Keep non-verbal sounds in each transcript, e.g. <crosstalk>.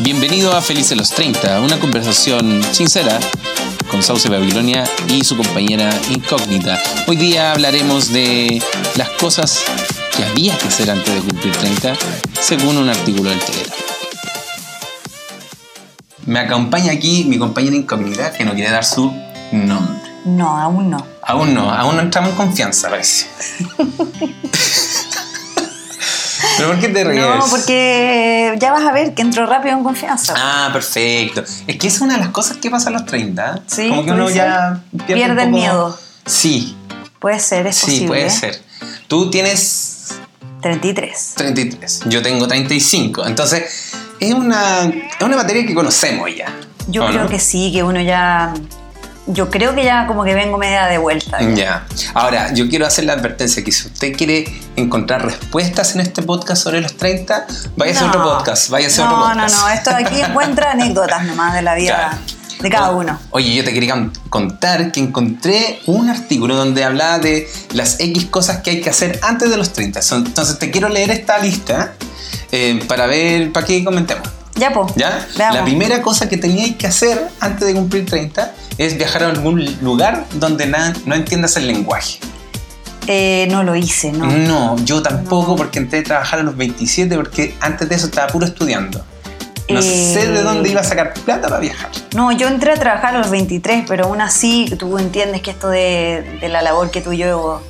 Bienvenido a Felices los 30, una conversación sincera con Sauce Babilonia y su compañera incógnita. Hoy día hablaremos de las cosas que había que hacer antes de cumplir 30, según un artículo del Telegram. Me acompaña aquí mi compañera incógnita que no quiere dar su nombre. No, aún no. Aún no, aún no entramos en confianza, parece. <laughs> ¿Pero por qué te ríes? No, porque ya vas a ver que entro rápido en confianza. Ah, perfecto. Es que es una de las cosas que pasa a los 30. Sí, Como que puede uno ya Pierde, pierde, un el poco- miedo. Sí, Puede ser, es sí, posible. puede ¿eh? ser. Tú tienes 33. 33, yo tengo 35. Entonces, es una, es una materia que conocemos ya. Yo ¿o creo no? que sí, que uno ya... Yo creo que ya como que vengo media de vuelta. Ya. Ahora, yo quiero hacer la advertencia que si usted quiere encontrar respuestas en este podcast sobre los 30, vaya a No. otro podcast, vaya a otro No, podcast. No, no, esto de <laughs> aquí encuentra anécdotas nomás de la vida Claro. de cada O- uno. Oye, yo te quería can- contar que encontré un artículo donde hablaba de las X cosas que hay que hacer antes de los 30. Son- Entonces te quiero leer esta lista eh, para ver, para que comentemos. Ya, po. ¿Ya? Veamos. La primera cosa que teníais que hacer antes de cumplir 30 es viajar a algún lugar donde na- no entiendas el lenguaje. Eh, no lo hice, no. No, yo tampoco porque entré a trabajar a los 27 porque antes de eso estaba puro estudiando. No Eh. sé de dónde iba a sacar plata para viajar. No, yo entré a trabajar a los 23, pero aún así tú entiendes que esto de, de la labor que tú y yo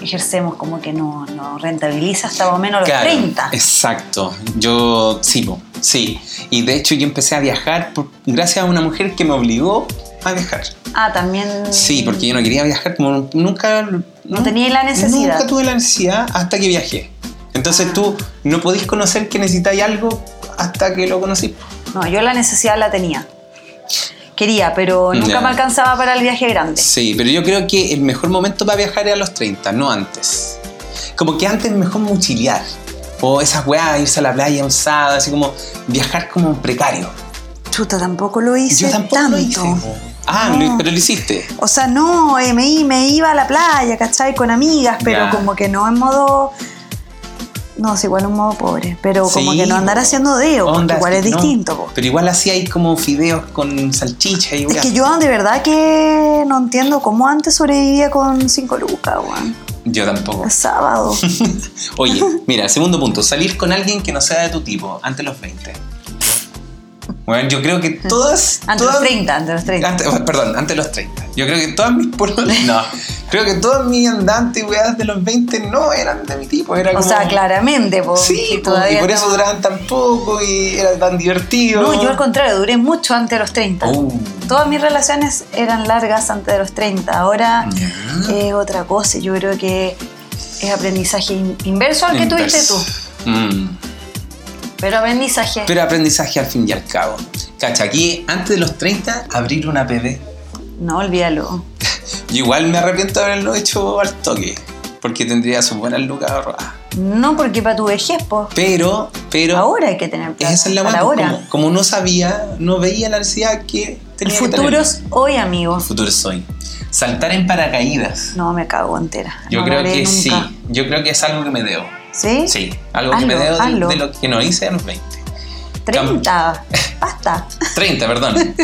ejercemos como que no, no rentabiliza hasta más o menos los Claro, 30. Exacto. Yo sí, po, sí. Y de hecho yo empecé a viajar por- gracias a una mujer que me obligó a viajar. Ah, también... Sí, porque yo no quería viajar como nunca... No, tenía la necesidad. Nunca tuve la necesidad hasta que viajé. Entonces tú no podís conocer que necesitáis algo hasta que lo conocís. No, yo la necesidad la tenía. Quería, pero nunca Ya. me alcanzaba para el viaje grande. Sí, pero yo creo que el mejor momento para viajar es a los 30, no antes. Como que antes es mejor mochilear. O esas weas, irse a la playa un sábado, así como viajar como precario. Chuta, tampoco lo hice Yo tampoco tanto. lo hice. Ah, No. lo- pero lo hiciste. O sea, no, eh, me, i- me iba a la playa, ¿cachai? Con amigas, pero Ya. como que no en modo... No, es igual un modo pobre, pero como Sí, que no andar po. haciendo deo, porque Onda, igual es no. distinto. po. Pero igual hacía ahí como fideos con salchicha y Es weas. que yo de verdad que no entiendo cómo antes sobrevivía con 5 lucas, weón. Yo tampoco. El <laughs> sábado. <laughs> Oye, mira, segundo punto, salir con alguien que no sea de tu tipo, antes de los 20. Bueno, yo creo que todas... Antes todas- los 30, antes los 30. Antes- perdón, antes de los 30. Yo creo que todas mis pololas- <laughs> No, creo que todas mis andantes y weas de los 20 no eran de mi tipo. Era O como- sea, claramente, po, Sí, que po, y por no- eso duraban tan poco y era tan divertido. No, yo al contrario, duré mucho antes de los 30. Oh. Todas mis relaciones eran largas antes de los 30. Ahora Ya. es otra cosa. Yo creo que es aprendizaje in- inverso al que Ah, tuviste tú. Mm. Pero aprendizaje. Pero aprendizaje al fin y al cabo. Cacha, aquí antes de los 30, abrir una PB. No, olvídalo. Yo igual me arrepiento de haberlo hecho al toque, porque tendría sus buenas lucas ahorradas. No, porque para tu vejez, po. Pero, pero. Ahora hay que tener plata. Esa es la para mano. ahora. Como, como no sabía, no veía la necesidad que tenía. que tener. Futuros hoy, amigo. Futuro soy. Saltar en paracaídas. No, me cago entera. Yo No creo lo haré que nunca. sí. Yo creo que es algo que me debo. ¿Sí? Sí, algo que me Hazlo, debo de- hazlo. de, lo que no hice a los 20. 30. Basta. 30, <laughs> perdón.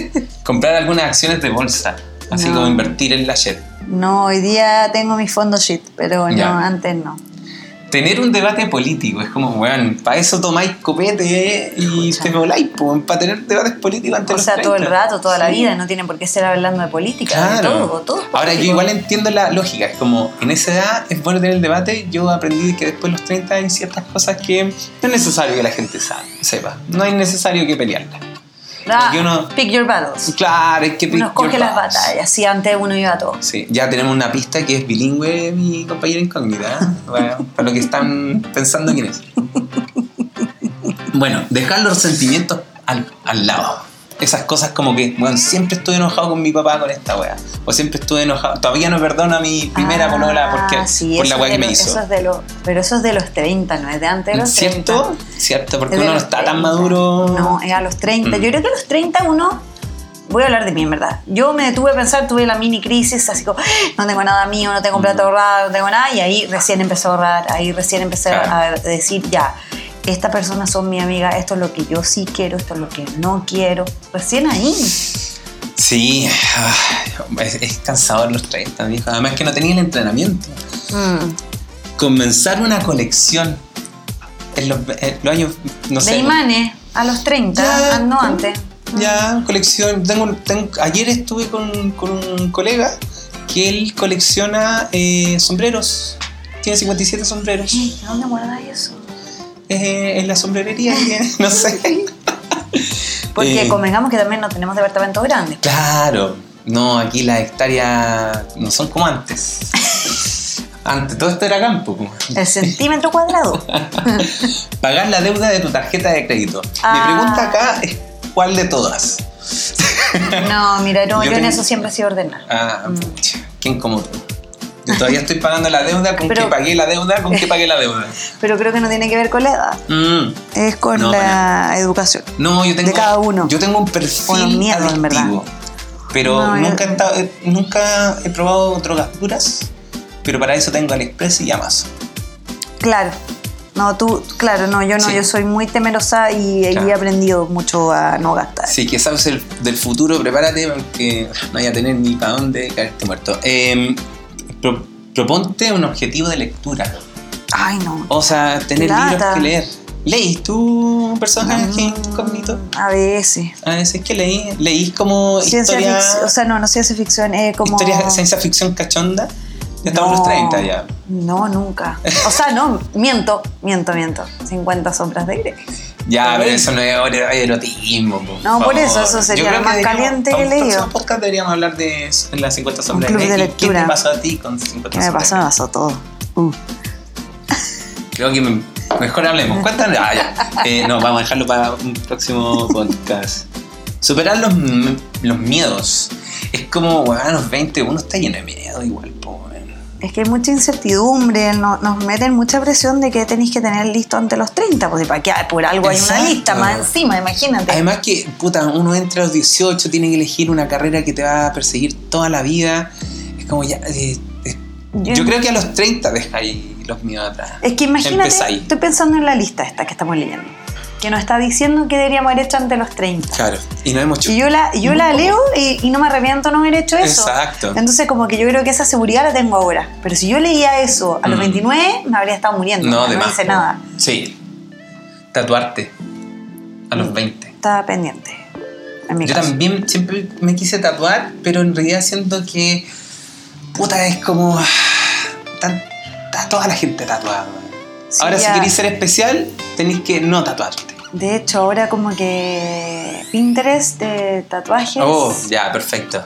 Comprar algunas acciones de bolsa. Así No. como invertir en la SHED. No, hoy día tengo mi fondo shit, pero Ya. no, antes no. Tener un debate político es como, weón, para eso tomáis copete y Escucha. te voláis, para tener debates políticos ante O los sea, todo el 30. rato, toda la Sí. vida, no tiene por qué ser hablando de política, de Claro. todo, todo. es Ahora yo político. igual entiendo la lógica, es como en esa edad es bueno tener el debate, yo aprendí que después de los 30 hay ciertas cosas que no es necesario que la gente sa- sepa, no es necesario que pelearla. Ah, porque uno- Pick your battles. Claro, es que... pick Uno escoge your las battles. batallas, sí, antes uno iba a todo. Sí, ya tenemos una pista que es bilingüe, mi compañera <laughs> incógnita, ¿eh? Bueno, para los que están pensando quién es. Bueno, dejar los sentimientos al, al lado. Esas cosas como que, bueno, siempre estuve enojado con mi papá con esta wea. O siempre estuve enojado. Todavía no perdono a mi primera Ah, polola porque, sí, por la eso es wea que de me lo- hizo. eso es de lo- pero eso es de los 30, no es de antes de los 30. ¿Cierto? ¿Cierto? Porque Es de uno no los está tan 30. maduro. No, es a los 30. Mm. Yo creo que a los 30 uno. Voy a hablar de mí, en verdad. Yo me detuve a pensar, tuve la mini crisis, así como, "Ah, no tengo nada mío, no Mm. tengo plata ahorrada, no tengo nada, y ahí recién empecé a ahorrar, ahí recién empecé Claro. a decir, ya, estas personas son mi amiga, esto es lo que yo sí quiero, esto es lo que no quiero. Recién ahí. Sí, ay, es, es cansador los 30, viejo. Además que no tenía el entrenamiento. Mm. Comenzar una colección en los, en los años, no sé. de imanes a los 30, Ya, ah, no ¿cómo? antes. Ya, colección. Tengo, tengo- ayer estuve con, con un colega que él colecciona eh, sombreros. Tiene 57 sombreros. Ey, ¿Dónde guardas eso? Eh, en la sombrerería que tiene, no <laughs> sé. Porque Eh. convengamos que también no tenemos departamentos grandes. Claro, no, aquí las hectáreas no son como antes. <laughs> Antes todo esto era campo. po. <laughs> El centímetro cuadrado. Pagar la deuda de tu tarjeta de crédito. Ah. Mi pregunta acá es: ¿cuál de todas? No, mira, no, Yo yo, en tengo- eso siempre he sido ordenada. Ah, Mm. pucha, ¿quién como tú? Yo todavía estoy pagando la deuda con Pero- que pagué la deuda, con que pagué la deuda. Pero creo que no tiene que ver con la edad. Mm. Es con No, la para educación. No, yo tengo. De cada uno. Yo tengo un perfil Bueno, mierda, en verdad. adictivo, Pero No, yo- nunca, he estado- eh, nunca he probado drogas duras. Pero para eso tengo Aliexpress y Amazon. Claro. No, tú, claro, no, yo no, Sí. yo soy muy temerosa y, y Claro. he aprendido mucho a no gastar. Así que sabes el- del futuro, prepárate porque no voy a tener ni para dónde caerte muerto. Eh, pro- proponte un objetivo de lectura. Ay, no. O sea, tener Lata. libros que leer. ¿Leís tú personaje Mm, incógnito? A veces. A veces Ah, que leí, leís como Ciencia Oh, historia, ficción, o sea, no, no ciencia ficción, es como... historia- ciencia ficción cachonda. Ya estamos en No, los 30 ya. No, nunca. O sea, no, miento, miento, miento. 50 sombras de <laughs> Grey. Ya, Está pero bien. eso no es hor- erotismo. por No, por favor. eso, eso Yo sería creo lo que más deberíamos- caliente para que un he leído. próximo podcast deberíamos hablar de s- las 50 sombras club de Grey. ¿Y ¿Qué lectura. te pasó a ti con 50 ¿Qué me sombras pasó? Me Grey? pasó todo. Uh. Creo que me- mejor hablemos. Cuéntanos. Ah, <laughs> ya. Eh, no, vamos a dejarlo para un próximo podcast. Superar los, m- los miedos. Es como, weón, a los 20 uno está lleno de miedo igual, po, weón. Es que hay mucha incertidumbre, no- nos meten mucha presión de que tenéis que tener listo ante los pues, 30, porque para qué por algo hay Exacto. Em, una lista más encima, imagínate. Además que, puta, uno entra a los 18, tiene que elegir una carrera que te va a perseguir toda la vida. Es como ya... eh, eh, yo, creo que a los 30 dejáis los miedos atrás. Es que imagínate, Empezáis. estoy pensando en la lista esta que estamos leyendo, que nos está diciendo que deberíamos haber hecho ante los 30. Claro. Y no hemos hecho... Y yo la, yo la leo y, y no me arrepiento no haber hecho eso. Exacto. Entonces como que yo creo que esa seguridad la tengo ahora. Pero si yo leía eso a los Mm. 29, me habría estado muriendo. No, de no más, hice po. nada. Sí. Tatuarte. A los Mm. 20. Estaba pendiente. En mi Yo caso. también siempre me quise tatuar, pero en realidad siento que. Puta, es como. ah, tan- Está toda la gente tatuada. weón. Sí, Ahora, si ya. queréis ser especial, tenéis que no tatuarte. De hecho, ahora como que Pinterest de tatuajes. Oh, ya, perfecto.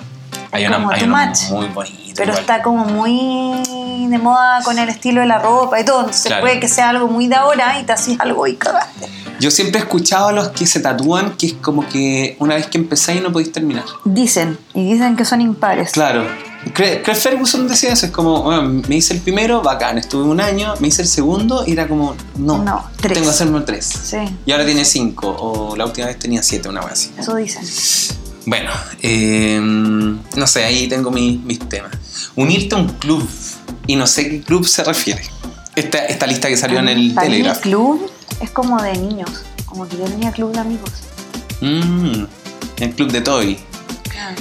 Hay una Como hay too uno much. muy bonito. Pero igual. está como muy de moda con el estilo de la ropa y todo. Entonces Claro. puede que sea algo muy de ahora y te haces algo y cagaste. Yo siempre he escuchado a los que se tatúan que es como que una vez que empezáis no podéis terminar. Dicen, y dicen que son impares. Claro. Cre- Craig Ferguson decía eso, es como, bueno, me hice el primero, bacán, estuve un año, me hice el segundo y era como, no, No, tres. tengo que hacerme el tres. Sí, Y ahora tiene cinco, o la última vez tenía siete, una vez así. eso dicen. Bueno, eh, no sé, ahí tengo mi- mis temas. Unirte a un club, y no sé qué club se refiere. Esta, esta lista que Ah, salió en el Para mí Telegraph. club es como de niños. Como que yo tenía club de amigos. Mm, el club de Toy.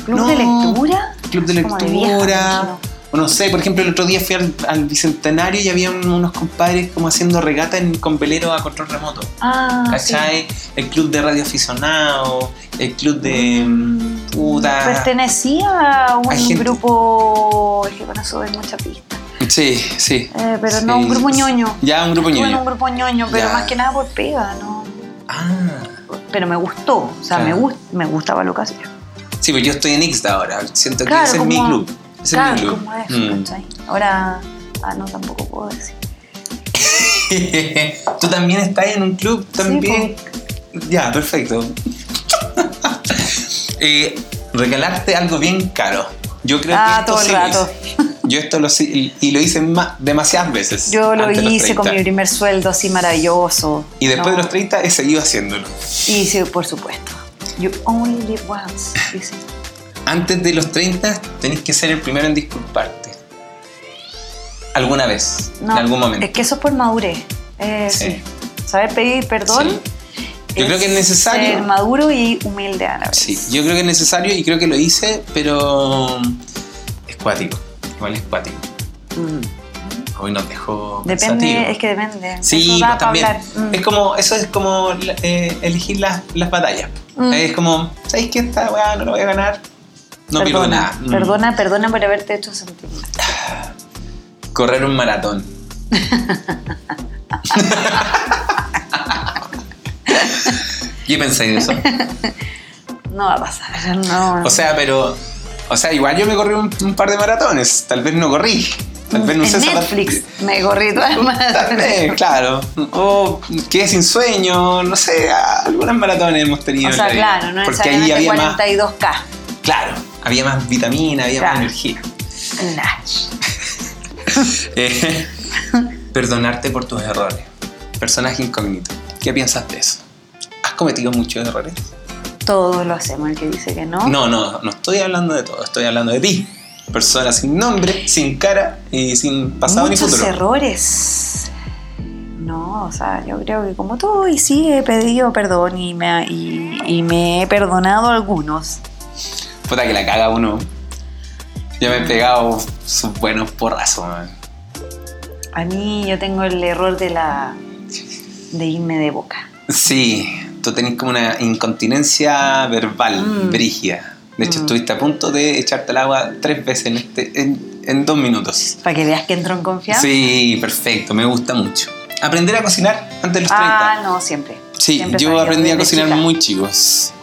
Club No, de lectura. Club de Como vieja, me lectura. imagino. o no sé, por ejemplo, el otro día fui al, al bicentenario y había un- unos compadres como haciendo regata en, con velero a control remoto. Ah, sí. ¿Cachai? El club de radioaficionados, el club de. mm, puta. Pertenecía a un Hay gente- grupo, es que con eso doy mucha pista, Sí, sí. Eh, pero no Sí. un grupo ñoño. Ya, un grupo Estuve en ñoño. un grupo ñoño, pero Ya. más que nada por pega, ¿no? Ah. Pero me gustó, o sea, Claro. me, gust- me gustaba lo que hacía. Sí, pero yo estoy en Ixta ahora. Siento que Claro, ese es mi como- club. Ese claro, es mi club. como eso, Mm. ¿cachai? Ahora, ah, no, tampoco puedo decir. <laughs> Tú también estás en un club, también. ya, perfecto. <laughs> Eh, regalarte algo bien caro. Yo creo Ah, que esto todo el sí lo rato. hice. Yo esto lo sí- y lo hice ma- demasiadas veces. Yo lo antes de los hice con 30. mi primer sueldo así maravilloso. Y después No. de los 30 he seguido haciéndolo. Y sí, por supuesto. You only live once, dice. Antes de los 30 tenés que ser el primero en disculparte. Alguna vez, en algún momento. Es que eso es por madurez. Eh, Sí. sí. Saber pedir perdón. Sí. Yo creo que es necesario. Ser maduro y humilde a la vez. Sí, yo creo que es necesario y creo que lo hice, pero es cuático. Igual es cuático. Mm. Hoy nos dejó pensativo. Depende, es que depende. Sí, Eso da pues pa' también. hablar. Mm. Es como, eso es como eh, elegir las, las batallas. Mm. Es como, ¿sabéis que esta weá no la voy a ganar? No pierdo nada. Mm. Perdona, perdona por haberte hecho sentir mal. Correr un <laughs> maratón. ¿Qué pensáis de eso? No va a pasar, <laughs> no. O sea, pero. O sea, igual yo me corrí un, un par de maratones. Tal vez no corrí. Tal vez no en sé zapat- Netflix me corrí todas las Tal <laughs> vez, claro. O quedé sin sueño, no sé, algunas maratones hemos tenido. O en sea, la vida. claro, no Porque ahí necesariamente había más. 42K. Claro, había más vitamina, había Claro. más energía. Nah. Eh, <laughs> perdonarte por tus errores. Personaje incógnito. ¿Qué piensas de eso? ¿Has cometido muchos errores? Todos lo hacemos, el que dice que no. No, no, no estoy hablando de todo, estoy hablando de ti. Persona sin nombre, sin cara y sin pasado Muchos ni futuro. errores. No, o sea, yo creo que como todo, y sí he pedido perdón y me, ha- y, y me he perdonado algunos. Puta que la caga uno. Yo me he pegado sus buenos porrazos, man. A mí yo tengo el error de la de irme de boca. Sí, tú tenés como una incontinencia verbal, Mm. brígida. De hecho, Mm. estuviste a punto de echarte al agua tres veces en, este, en, en dos minutos. Para que veas que entro en confianza. Sí, perfecto, me gusta mucho. Aprender a cocinar antes de los 30. Ah, no, siempre. Sí, Siempre yo sabía, aprendí a desde cocinar chica. muy chicos.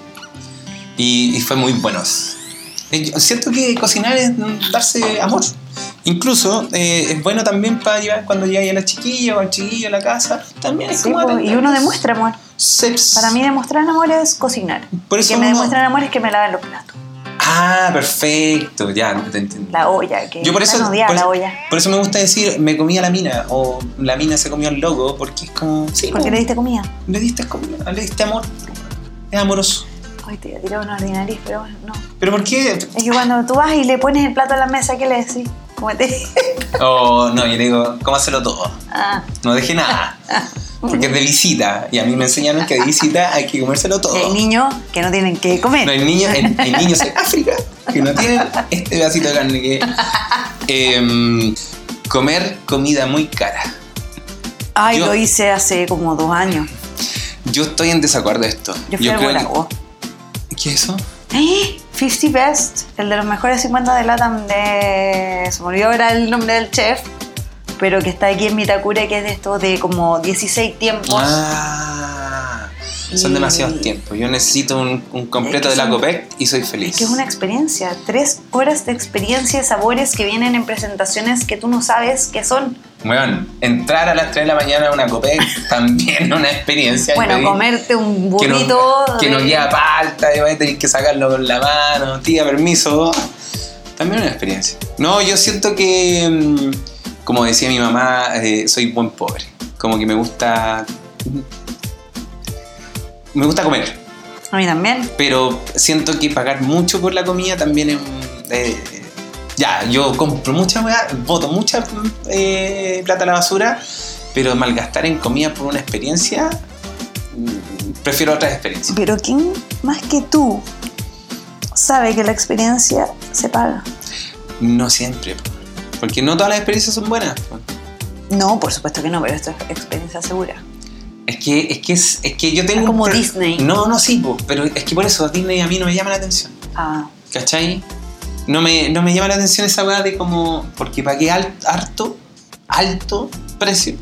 Y, y fue muy buenos. Eh, yo Siento que cocinar es mm, darse amor. Incluso eh, es bueno también para llevar cuando llegáis a la chiquilla o al chiquillo a la casa. También es Sí, como po, y atender. uno demuestra amor. Seps. Para mí demostrar amor es cocinar. Por Y eso que me uno- demuestran amor es que me lavan los platos. Ah, perfecto, ya, te entiendo. La olla, que Yo por eso, están odiadas por, la eso- olla. por eso me gusta decir, me comía la mina o la mina se comió al loco, porque es como, sí, Porque po, le diste comida. le diste comida, le diste amor, es amoroso. Ay, te iba a tirar una ordinariz, pero bueno, no. Pero ¿por qué? Es que cuando tú vas y le pones el plato a la mesa, ¿qué le decís? Como te... Oh, no, yo le digo, cómaselo todo. <laughs> Ah, No deje <laughs> nada. Porque es de visita. Y a mí me enseñaron que de visita hay que comérselo todo. y hay niños que no tienen que comer. Oh. No hay niños, hay, hay niños en África que no tienen este pedacito de carne que. Em, comer comida muy cara. Ay, Yo- lo hice hace como dos años. Yo estoy en desacuerdo de esto. Yo fui al que, Guanajuato. ¿Qué es eso? ¡Eh! 50 Best, el de los mejores 50 de Latam de... Se me olvidó ahora el nombre del chef, pero que está aquí en Vitacura, que es de estos de como 16 tiempos. Ah, son Y- demasiados tiempos. Yo necesito un, un completo Es de que la son- COPEC y soy feliz. Es que es una experiencia, tres horas de experiencia, de sabores que vienen en presentaciones que tú no sabes qué son. Weón, entrar a las 3 de la mañana a una COPEC <laughs> también una experiencia. y bueno, pedir- comerte un que no- burrito. eh. Que no de- lleva palta, y vais a tener que sacarlo con la mano, tía, permiso. También una experiencia. No, yo siento que, mm, como decía mi mamá, eh, soy buen pobre. Como que me gusta. Me gusta comer, A mí también. pero siento que pagar mucho por la comida también es un. eh, ya, yo compro mucha, weá, boto mucha mm, eh, plata a la basura, pero malgastar en comida por una experiencia, mm, prefiero otras experiencias. Pero ¿quién más que tú sabe que la experiencia se paga? No siempre. po. Porque no todas las experiencias son buenas. po. No, por supuesto que no, pero esto es experiencia segura. Es que, es que, es, es que yo tengo. Es como un pro- Disney. No, no, sí, po, pero es que por eso Disney a mí no me llama la atención. Ah, ¿Cachai? No me, no me llama la atención esa weá de como. Porque pagué al- harto, alto precio.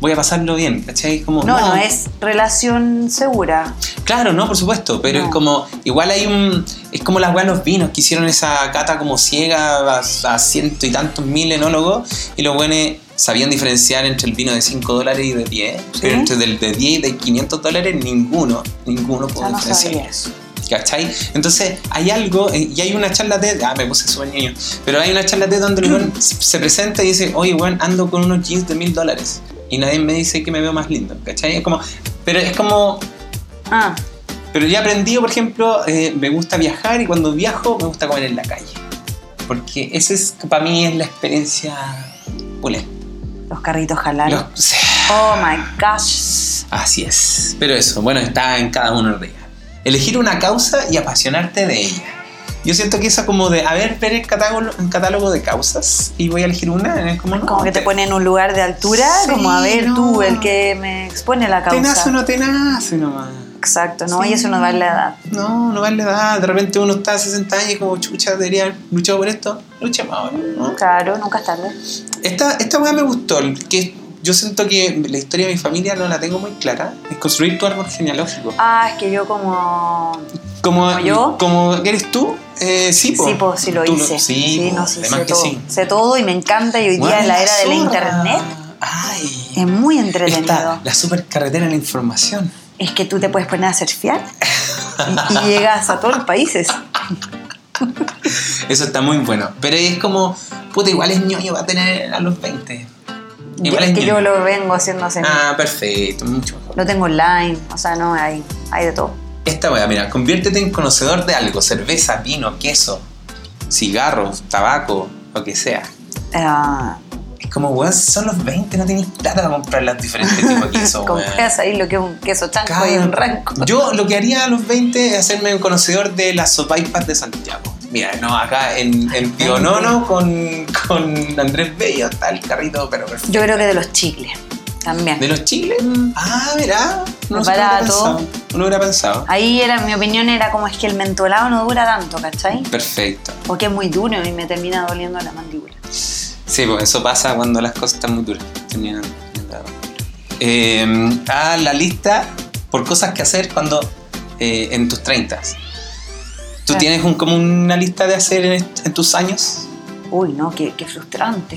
Voy a pasarlo bien, ¿cachai? Como, no, no, es relación segura. Claro, no, por supuesto, pero No. es como. Igual hay un. Es como las weas de los vinos que hicieron esa cata como ciega a, a ciento y tantos mil enólogos y los buenos sabían diferenciar entre el vino de 5 dólares y de 10, Sí. pero entre el de 10 y de 500 dólares ninguno, ninguno pudo Ya no diferenciar. sabía eso. ¿Cachai? Entonces hay algo, eh, y hay una charla TED, ah, me puse súper niño, pero hay una charla TED donde el <clears throat> weón se se presenta y dice, oye, weón, ando con unos jeans de mil dólares. Y nadie me dice que me veo más lindo, ¿cachai? Es como, pero es como, Ah, pero ya aprendí, por ejemplo, eh, me gusta viajar y cuando viajo me gusta comer en la calle. Porque esa es, para mí es la experiencia pulenta. los carritos jalaron. Los- Oh my gosh. Así es. Pero eso, bueno, está en cada uno de ellas. Elegir una causa y apasionarte de ella. Yo siento que eso como de, a ver, ver el catálogo, un catálogo de causas y voy a elegir una. es Como, no, Como que te pone en un lugar de altura, Sí, como a ver no. tú, el que me expone la causa. Tenaz o no tenaz nomás. Exacto, ¿no? Sí. Y eso no vale la edad. No, no vale la edad. De repente uno está a 60 años y como, chucha, debería haber luchado por esto. Lucha más ahora, ¿no? Claro, nunca es tarde. Esta, esta weá me gustó, que yo siento que la historia de mi familia no la tengo muy clara. Es construir tu árbol genealógico. Ah, es que yo como... Como, ¿Como yo? Como eres tú, eh, sí, po. Sí, pues sí lo Tú hice. sí, po, no, sí, además sé que todo. sí. Sé todo y me encanta y hoy día Weón, en la era de la zorra. internet Ay. es muy Está entretenido. la supercarretera de la información. Es que tú te puedes poner a surfear <laughs> y, y llegas a todos los países. Eso está muy bueno. Pero es como, puta, igual es ñoño, va a tener a los 20. Yo, Igual es es que ñoño. yo lo vengo haciendo hace... Ah, perfecto, mucho mejor. Lo tengo online, o sea, no, hay, hay de todo. Esta weá, mira, conviértete en conocedor de algo: cerveza, vino, queso, cigarros, tabaco, lo que sea. Ah, Es como, weón, son los 20, no tenés plata para comprar los <laughs> diferentes tipos de queso, weón. compras ahí lo que es un queso chanco y Claro. un ranco. Yo lo que haría a los 20 es hacerme un conocedor de las sopaipas de Santiago. Mira, no, acá en, en Pionono con, con Andrés Bello está el carrito, pero perfecto. Yo creo que de los chicles también. ¿De los chiles? Ah, mirá. No sé, no lo hubiera Mm. Barato. pensado. No lo hubiera pensado. Ahí era, mi opinión era como es que el mentolado no dura tanto, ¿cachai? Perfecto. O que es muy duro y me termina doliendo la mandíbula. Sí, pues eso pasa cuando las cosas están muy duras. Tenía- Eh, ah, la lista por cosas que hacer cuando eh, en tus 30. ¿Tú Claro. tienes un- como una lista de hacer en, est- en tus años? Uy, no, qué, qué frustrante.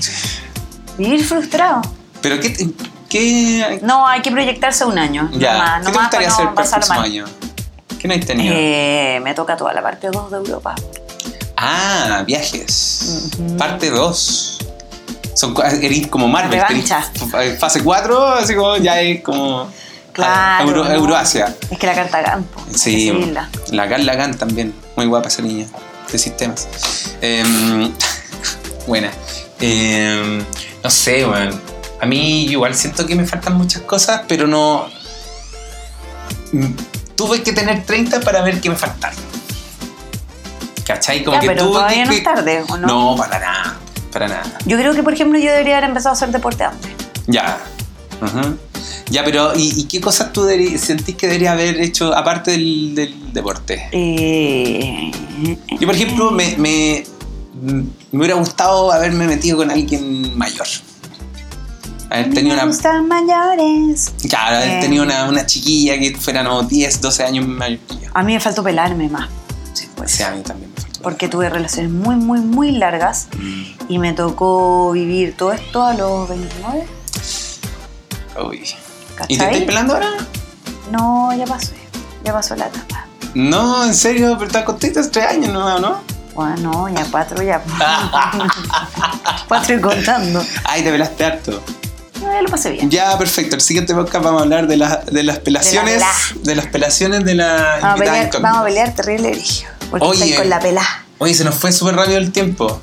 Vivir frustrado. ¿Pero qué, te- qué, No, hay que proyectarse un año. no ya, más, ¿qué no te más gustaría para hacer no para el pasar próximo mal. año? ¿Qué no has tenido? Eh, me toca toda la parte 2 de Europa. Ah, viajes. Ujú. Parte 2. Son cua- eres como Marvel. eres Revancha. f- Fase 4, así como ya es como ah, Claro, Euro- no. Euroasia. Es que la carta campo. hay que Sí, seguirla. la Carla Lagan también, muy guapa esa niña de sistemas. Em, <laughs> buena. Em, no sé, weón. A mí igual siento que me faltan muchas cosas, pero no. Mm, Tuve que tener 30 para ver qué me faltaron. ¿Cachai? Como Ya, que pero tuve todavía que- no es tarde, ¿o no? No, para nada. Para nada. Yo creo que, por ejemplo, yo debería haber empezado a hacer deporte antes. Ya. Ujú. Ya, pero ¿y, y qué cosas tú deberi- sentís que deberías haber hecho aparte del, del deporte? Eh, Yo, por ejemplo, me, me, me hubiera gustado haberme metido con alguien mayor. Haber tenido me una, gustan mayores. claro, haber Eh. tenido una, una chiquilla que fuera no, 10, 12 años mayor que yo. A mí me faltó pelarme más. Sí, O pues. sea, a mí también me faltó. porque tuve relaciones muy, muy, muy largas Mm, y me tocó vivir todo esto a los 29. uy. ¿Y te ¿Cachai? estás pelando ahora? No, ya pasó. Ya pasó la etapa. No, en serio, pero estás contenta, hace 3 años nomás, <laughs> ¿no? Bueno, ya <laughs> cuatro, ya. cuatro y contando. Ay, te pelaste harto. No, ya lo pasé bien. Ya, perfecto. El siguiente podcast vamos a hablar de, las de las pelaciones. De, pela. las pelaciones de la Vamos a invitada pelear, incógnita. vamos a pelear terrible, dije. Porque Oye. estáis con la pelá. Oye, se nos fue súper rápido el tiempo.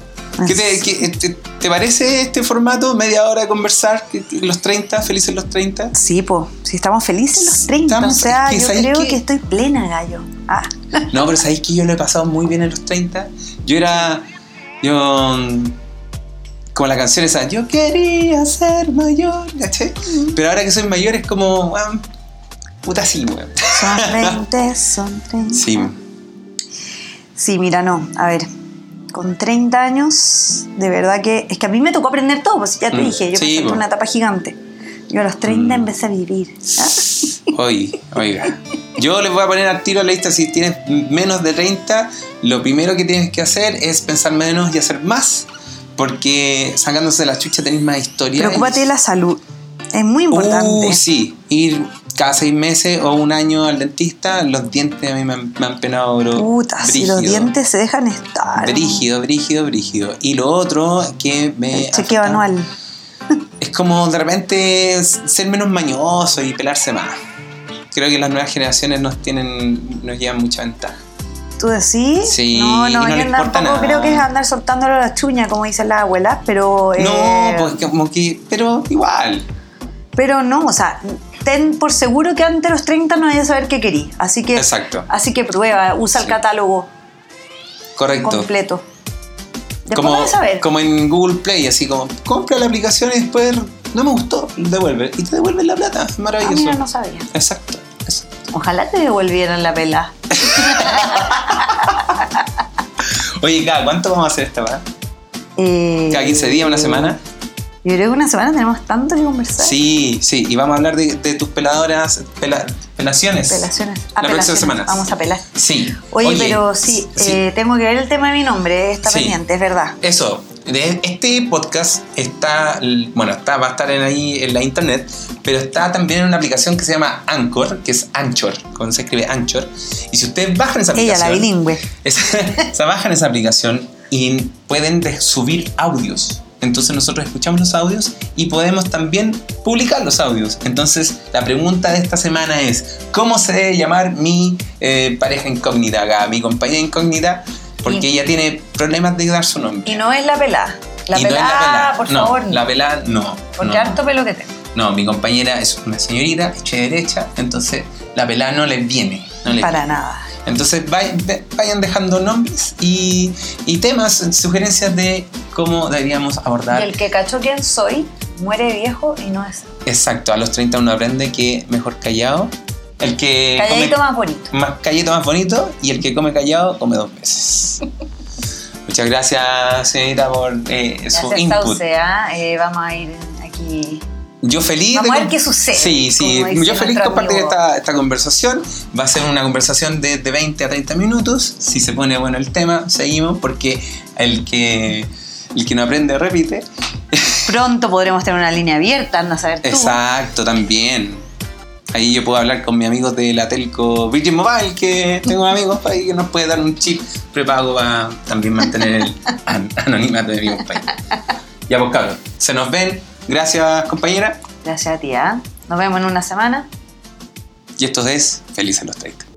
¿Qué te, qué- eh, te, te parece este formato? Media hora de conversar, que- los 30, felices los <laughs> 30. Sí, po. Si estamos felices los 30. Estamos- o sea, es que yo ¿sabes creo qué? que estoy plena, gallo. Ah, No, pero sabéis que yo lo he pasado muy bien en los 30. Yo era. Yo. mm, Como la canción esa, yo quería ser mayor, ¿cachai? Pero ahora que soy mayor es como, weón, puta sí, weón. <laughs> son 20, son 30. Sí, Sí, mira, no. A ver, con 30 años, de verdad que. Es que a mí me tocó aprender todo, pues ya te Mm, dije, yo sí, pasé por po. una etapa gigante. Yo a los 30 Mm. empecé a vivir. ¿ah? Oye, oiga. Yo les voy a poner al tiro a la lista, si tienes menos de 30, lo primero que tienes que hacer es pensar menos y hacer más, porque sacándose la chucha tenés más historia. Preocúpate de la salud. Es muy importante. Uh, sí, ir cada seis meses o un año al dentista, los dientes a mí me han, me han penado, bro. Puta, si los Brígido. dientes se dejan estar. Brígido, brígido, brígido. Y lo otro que me... El chequeo afecta anual. Es como de repente ser menos mañoso y pelarse más. Creo que las nuevas generaciones nos tienen, nos llevan mucha ventaja. ¿Tú decís? Sí, No, y no, no le yo importa tampoco nada. creo que es andar soltándolo a la chuña, como dicen las abuelas, pero. eh, pues No, pues como que, pero igual. Pero no, o sea, ten por seguro que antes de los 30 no vayas a saber qué querí. Así que, Exacto. Así que prueba, usa Sí. el catálogo Correcto. completo. Después Como, vas a ver. como en Google Play, así como compra la aplicación y después no me gustó, devuelve. Y te devuelven la plata. Es Ah, maravilloso. mira, no sabía. Exacto. exacto. Ojalá te devolvieran la pela. Oye, cada ¿cuánto vamos a hacer esta weá? Eh, ¿Cada 15 días, una semana? Yo creo que una semana tenemos tanto que conversar. Sí, sí. Y vamos a hablar de, de tus peladoras, pela- pelaciones. Apelaciones. La próxima Apelaciones. semana. Vamos a pelar. Sí. Oye, pero sí, eh, tengo que ver el tema de mi nombre, está Sí. pendiente, es verdad. Eso, de este podcast está, bueno, está, va a estar en ahí en la internet, pero está también en una aplicación que se llama Anchor, que es Anchor, cuando se escribe Anchor. Y si ustedes bajan esa Ella, la aplicación, bilingüe. <laughs> es- se bajan esa aplicación y pueden de- subir audios. Entonces nosotros escuchamos los audios y podemos también publicar los audios. Entonces la pregunta de esta semana es, ¿cómo se debe llamar mi eh, pareja incógnita acá, mi compañera incógnita? Porque Y- ella tiene problemas de dar su nombre. Y no es la pelada. La Y no es pelada, por no, favor. La pelada no. porque no, harto pelo que tengo. no, mi compañera es una señorita, hecha de derecha, entonces la pelada no les viene. No les Para viene. nada. Entonces vayan, ve- vayan dejando nombres y, y temas, sugerencias de cómo deberíamos Y abordar. el que cachó quién soy, muere viejo y no es. Exacto, a los 30 uno aprende que mejor callado. El que Calladito come más bonito. más calladito más bonito y el que come callado come dos <laughs> veces. Muchas gracias, señorita, por eh, su Gracias, input. Sauce, ¿ah? Eh, vamos a ir aquí. Yo feliz. Vamos de a ver com- qué sucede, Sí, sí. como dice Yo feliz de nuestro compartir amigo. esta, esta conversación. Va a ser una conversación de, de 20 a 30 minutos. Si se pone bueno el tema, seguimos porque el que, el que no aprende repite. Pronto podremos tener una línea abierta, anda a saber tú. Exacto, también. Ahí yo puedo hablar con mis amigos de la telco Virgin Mobile, que tengo amigos ahí que nos puede dar un chip prepago para también mantener <laughs> el an- anonimato de mi compañero. Ya pues cabros, se nos ven. Gracias compañera. Gracias a ti, ¿ah? Nos vemos en una semana. Y esto es Feliz en los 30.